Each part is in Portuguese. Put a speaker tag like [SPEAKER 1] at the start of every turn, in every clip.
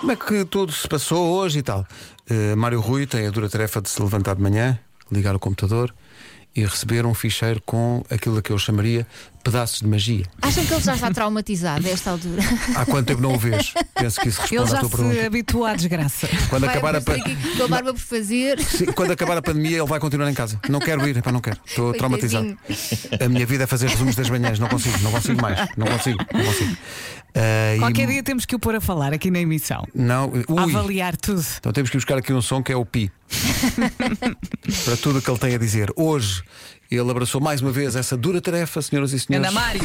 [SPEAKER 1] como é que tudo se passou hoje e tal. Eh, Mário Rui tem a dura tarefa de se levantar de manhã, ligar o computador e receber um ficheiro com aquilo que eu chamaria pedaços de magia.
[SPEAKER 2] Acham que ele já está traumatizado a esta altura?
[SPEAKER 1] Há quanto tempo não o vês? Penso que isso
[SPEAKER 3] Ele
[SPEAKER 1] responde à
[SPEAKER 3] já
[SPEAKER 1] tua
[SPEAKER 3] se
[SPEAKER 1] pergunta.
[SPEAKER 3] habituou à desgraça.
[SPEAKER 1] Quando
[SPEAKER 2] Vai
[SPEAKER 1] acabar a
[SPEAKER 2] aparecer
[SPEAKER 1] pa-
[SPEAKER 2] aqui com a barba por fazer.
[SPEAKER 1] Sim, quando acabar a pandemia, ele vai continuar em casa. Não quero ir, epá, não quero. Estou traumatizado. A minha vida é fazer resumos das manhãs. Não consigo, não consigo mais. Não consigo, não consigo. Ah, e-
[SPEAKER 3] Qualquer dia temos que o pôr a falar aqui na emissão.
[SPEAKER 1] Não, ui.
[SPEAKER 3] A avaliar tudo.
[SPEAKER 1] Então temos que buscar aqui um som que é o Pi. Para tudo o que ele tem a dizer. Hoje ele abraçou mais uma vez essa dura tarefa, senhoras e senhores.
[SPEAKER 3] Ana Mário.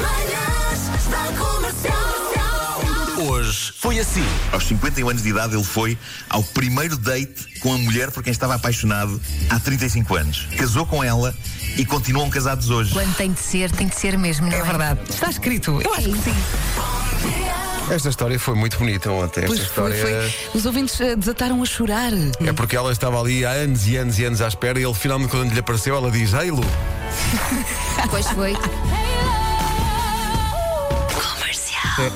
[SPEAKER 4] Manhãs da Comercial.
[SPEAKER 5] Hoje foi assim.
[SPEAKER 6] Aos 51 anos de idade, ele foi ao primeiro date com a mulher por quem estava apaixonado há 35 anos. Casou com ela e continuam casados hoje.
[SPEAKER 2] Quando tem de ser, tem de ser mesmo, não é?
[SPEAKER 3] Verdade. Está escrito. Eu acho que sim.
[SPEAKER 5] Esta história foi muito bonita ontem. Esta
[SPEAKER 3] Pois foi,
[SPEAKER 5] história
[SPEAKER 3] foi. Os ouvintes eh, desataram a chorar.
[SPEAKER 5] é porque ela estava ali há anos e anos e anos à espera e ele finalmente, quando lhe apareceu, ela diz: Ei, Lu,
[SPEAKER 2] Pois foi.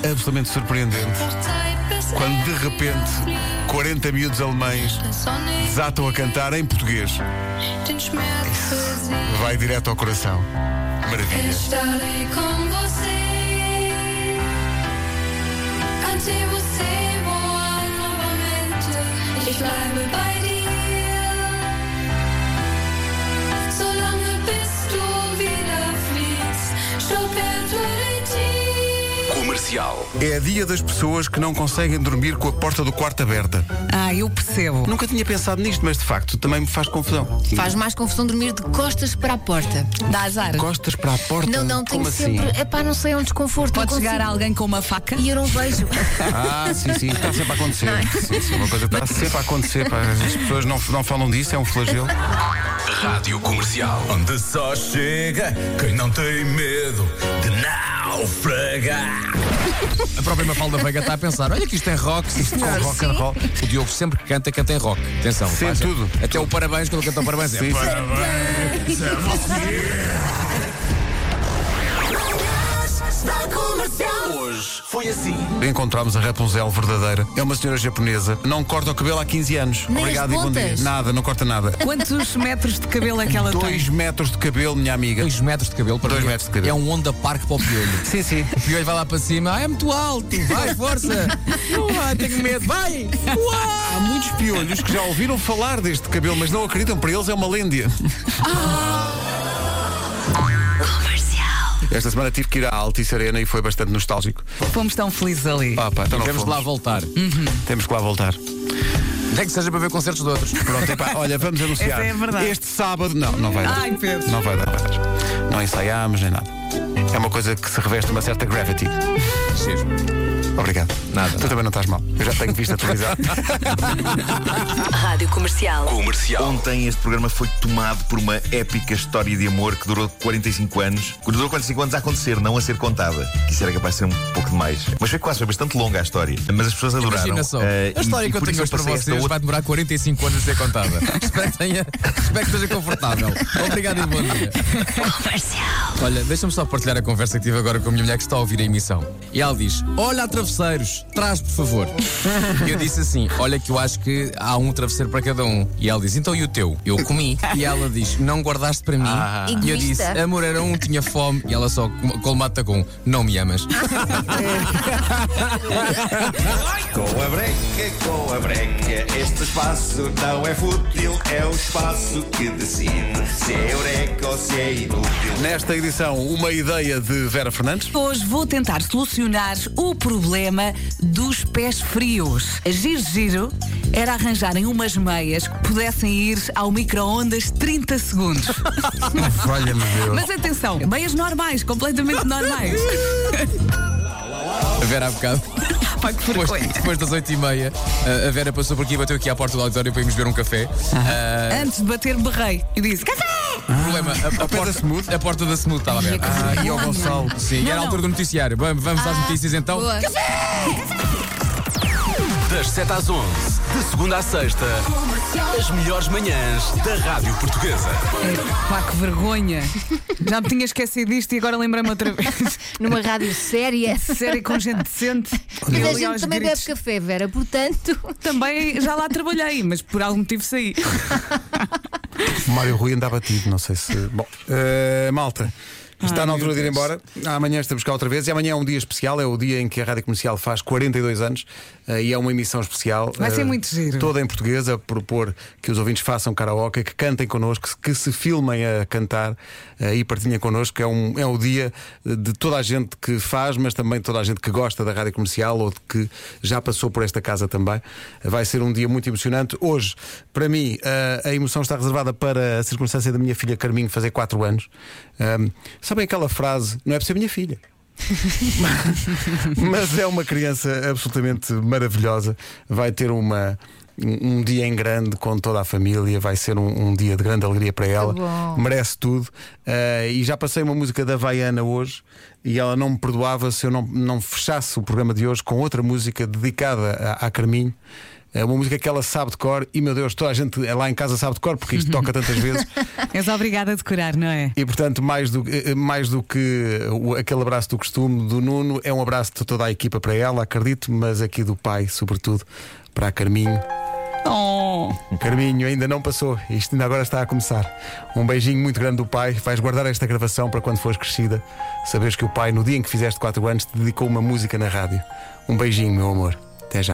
[SPEAKER 5] é absolutamente surpreendente. Quando de repente 40 miúdos alemães desatam a cantar em português. Vai direto ao coração. Maravilha.
[SPEAKER 4] Estarei com você. Ante você voar novamente. Ich bleibe bei dir. Solange bis du wieder fliegst. Chopin durch die Tür.
[SPEAKER 5] É a dia das pessoas que não conseguem dormir com a porta do quarto aberta.
[SPEAKER 3] Ah, eu percebo.
[SPEAKER 5] Nunca tinha pensado nisto, mas de facto também me faz confusão.
[SPEAKER 2] Faz mais confusão dormir de costas para a porta.
[SPEAKER 3] Dá azar.
[SPEAKER 5] Costas para a porta.
[SPEAKER 2] Não, não, tenho
[SPEAKER 5] Como assim?
[SPEAKER 2] sempre. Epá, não sei, é um desconforto.
[SPEAKER 3] Pode
[SPEAKER 2] não
[SPEAKER 3] chegar
[SPEAKER 2] consigo.
[SPEAKER 3] alguém com uma faca.
[SPEAKER 2] E eu não vejo.
[SPEAKER 5] Ah, sim, sim, está sempre a acontecer.
[SPEAKER 2] é?
[SPEAKER 5] Sim, sim, uma coisa está sempre a acontecer. pá. As pessoas não, não falam disso, é um flagelo.
[SPEAKER 7] Rádio Comercial. Onde só chega quem não tem medo de naufragar.
[SPEAKER 8] A própria Mafalda Veiga está a pensar: olha que isto é rock, isto é rock and roll. O Diogo sempre que canta, canta em rock. Atenção,
[SPEAKER 5] Sim,
[SPEAKER 8] faz-
[SPEAKER 5] tudo.
[SPEAKER 8] Até o parabéns, quando canta o parabéns, é
[SPEAKER 5] Sim, sim.
[SPEAKER 4] Manhãs da Comercial.
[SPEAKER 6] assim.
[SPEAKER 5] Encontramos a Rapunzel verdadeira. É uma senhora japonesa. Não corta o cabelo há 15 anos.
[SPEAKER 2] Nem as
[SPEAKER 5] Obrigado e bom dia.
[SPEAKER 2] pontas?
[SPEAKER 5] Nada, não corta nada.
[SPEAKER 3] Quantos metros de cabelo é que ela
[SPEAKER 5] Dois
[SPEAKER 3] tem?
[SPEAKER 5] metros de cabelo, minha amiga.
[SPEAKER 8] 2 metros de cabelo para
[SPEAKER 5] Dois
[SPEAKER 8] mim.
[SPEAKER 5] metros de cabelo.
[SPEAKER 8] É um onda parque para o piolho.
[SPEAKER 5] Sim, sim.
[SPEAKER 8] O piolho vai lá para cima, ah, é muito alto, vai, força. Uai, tenho medo, vai.
[SPEAKER 5] Há muitos piolhos que já ouviram falar deste cabelo, mas não acreditam. Para eles é uma lêndia. Esta semana tive que ir à Altice Arena e foi bastante nostálgico.
[SPEAKER 3] Fomos tão felizes ali.
[SPEAKER 5] Ah, pá, então não
[SPEAKER 8] Vamos
[SPEAKER 5] fomos.
[SPEAKER 8] lá voltar.
[SPEAKER 5] Temos que lá voltar.
[SPEAKER 8] Nem que seja para ver concertos de outros.
[SPEAKER 5] Pronto, epá, olha, vamos anunciar.
[SPEAKER 3] Essa é a verdade.
[SPEAKER 5] Este sábado. Não, não vai dar.
[SPEAKER 3] Ai, Pedro.
[SPEAKER 5] Não vai dar. não vai dar. Não ensaiámos nem nada. É uma coisa que se reveste uma certa gravity. Obrigado. Nada. Tu também não estás mal. Eu já tenho visto a televisão.
[SPEAKER 9] Rádio Comercial.
[SPEAKER 6] Ontem este programa foi tomado por uma épica história de amor que durou 45 anos. Que durou 45 anos a acontecer, não a ser contada. Que isso era capaz de ser um pouco demais. Mas foi quase, foi bastante longa a história. Mas as pessoas adoraram.
[SPEAKER 8] Imagina só.
[SPEAKER 6] Eh,
[SPEAKER 8] a história
[SPEAKER 6] e- e
[SPEAKER 8] que eu
[SPEAKER 6] por
[SPEAKER 8] tenho
[SPEAKER 6] isso
[SPEAKER 8] hoje para
[SPEAKER 6] passei esta
[SPEAKER 8] vocês vai demorar 45 anos a ser contada. espero, que tenha, espero que esteja confortável. Obrigado e bom dia. Olha, deixa-me só partilhar a conversa que tive agora com a minha mulher que está a ouvir a emissão. E ela diz: Olha, há travesseiros, traz por favor. E eu disse assim: Olha, que eu acho que há um travesseiro para cada um. E ela diz: Então e o teu? Eu comi. E ela diz: Não guardaste para mim.
[SPEAKER 6] Ah.
[SPEAKER 8] E eu disse:
[SPEAKER 2] Egoísta.
[SPEAKER 8] Amor, era um, tinha fome. E ela só colmata com: Não me amas.
[SPEAKER 7] Com a breca, com a breca, este espaço não é fútil, é o espaço que decide se é eureka ou se é inútil.
[SPEAKER 5] Nesta edição, uma ideia de Vera Fernandes.
[SPEAKER 3] Hoje vou tentar solucionar o problema dos pés frios. A Giro Giro era arranjarem umas meias que pudessem ir ao micro-ondas 30 segundos.
[SPEAKER 5] Olha-me Deus.
[SPEAKER 3] Mas atenção, meias normais, completamente normais.
[SPEAKER 8] A Vera há bocado.
[SPEAKER 3] Pá, que
[SPEAKER 8] Depois,
[SPEAKER 3] frequente.
[SPEAKER 8] depois das 8h30, a Vera passou por aqui e bateu aqui à porta do auditório para irmos beber um café. Ah,
[SPEAKER 3] Antes de bater, berrei e disse: Café!
[SPEAKER 8] problema, a, a, porta,
[SPEAKER 5] Smooth?
[SPEAKER 8] a porta da Smooth estava aberta.
[SPEAKER 5] Ah, e ao Gonçalo. Ah,
[SPEAKER 8] Sim, era a altura do noticiário. Vamos, vamos às notícias então.
[SPEAKER 2] Ah, Boa.
[SPEAKER 7] Das 7 às 11, de segunda à sexta,
[SPEAKER 9] As melhores manhãs da Rádio Portuguesa.
[SPEAKER 3] É, Pá, que vergonha. Já me tinha esquecido disto e agora lembrei-me outra vez.
[SPEAKER 2] Numa rádio séria.
[SPEAKER 3] Sério, com gente decente.
[SPEAKER 2] Mas a
[SPEAKER 3] Ali
[SPEAKER 2] gente
[SPEAKER 3] aos
[SPEAKER 2] também
[SPEAKER 3] gritos.
[SPEAKER 2] bebe café, Vera, portanto.
[SPEAKER 3] Também já lá trabalhei, mas por algum motivo saí.
[SPEAKER 1] Mário Rui andava tido, não sei se. Bom, eh, malta. Está na altura de ir embora. Amanhã estamos cá outra vez. E amanhã é um dia especial. É o dia em que a Rádio Comercial faz 42 anos. eh, e é uma emissão especial.
[SPEAKER 3] Vai ser
[SPEAKER 1] eh,
[SPEAKER 3] muito giro.
[SPEAKER 1] Toda em português. A propor que os ouvintes façam karaoke, que cantem connosco, que, se filmem a cantar eh, e partilhem connosco. É, um, é o dia de toda a gente que faz, mas também toda a gente que gosta da Rádio Comercial ou de que já passou por esta casa também. Vai ser um dia muito emocionante. Hoje, para mim, eh, a emoção está reservada para a circunstância da minha filha Carminho fazer 4 anos. Ahm, sabem aquela frase? Não é por ser minha filha. Mas é uma criança absolutamente maravilhosa. Vai ter uma. Um um dia em grande com toda a família, vai ser um, um dia de grande alegria para ela,
[SPEAKER 2] bom.
[SPEAKER 1] merece tudo. Eh, e já passei uma música da Vaiana hoje e ela não me perdoava se eu não, não fechasse o programa de hoje com outra música dedicada a, a Carminho. É uma música que ela sabe de cor e, meu Deus, toda a gente lá em casa sabe de cor porque isto toca tantas vezes.
[SPEAKER 3] És obrigada a decorar, não é?
[SPEAKER 1] E portanto, mais do, eh, mais do que o- aquele abraço do costume do Nuno, é um abraço de toda a equipa para ela, acredito, mas aqui do pai, sobretudo, para a Carminho.
[SPEAKER 3] Oh,
[SPEAKER 1] Carminho ainda não passou, isto ainda agora está a começar. Um beijinho muito grande do pai, vais guardar esta gravação para quando fores crescida, saberes que o pai, no dia em que fizeste 4 anos, te dedicou uma música na rádio. Um beijinho, meu amor.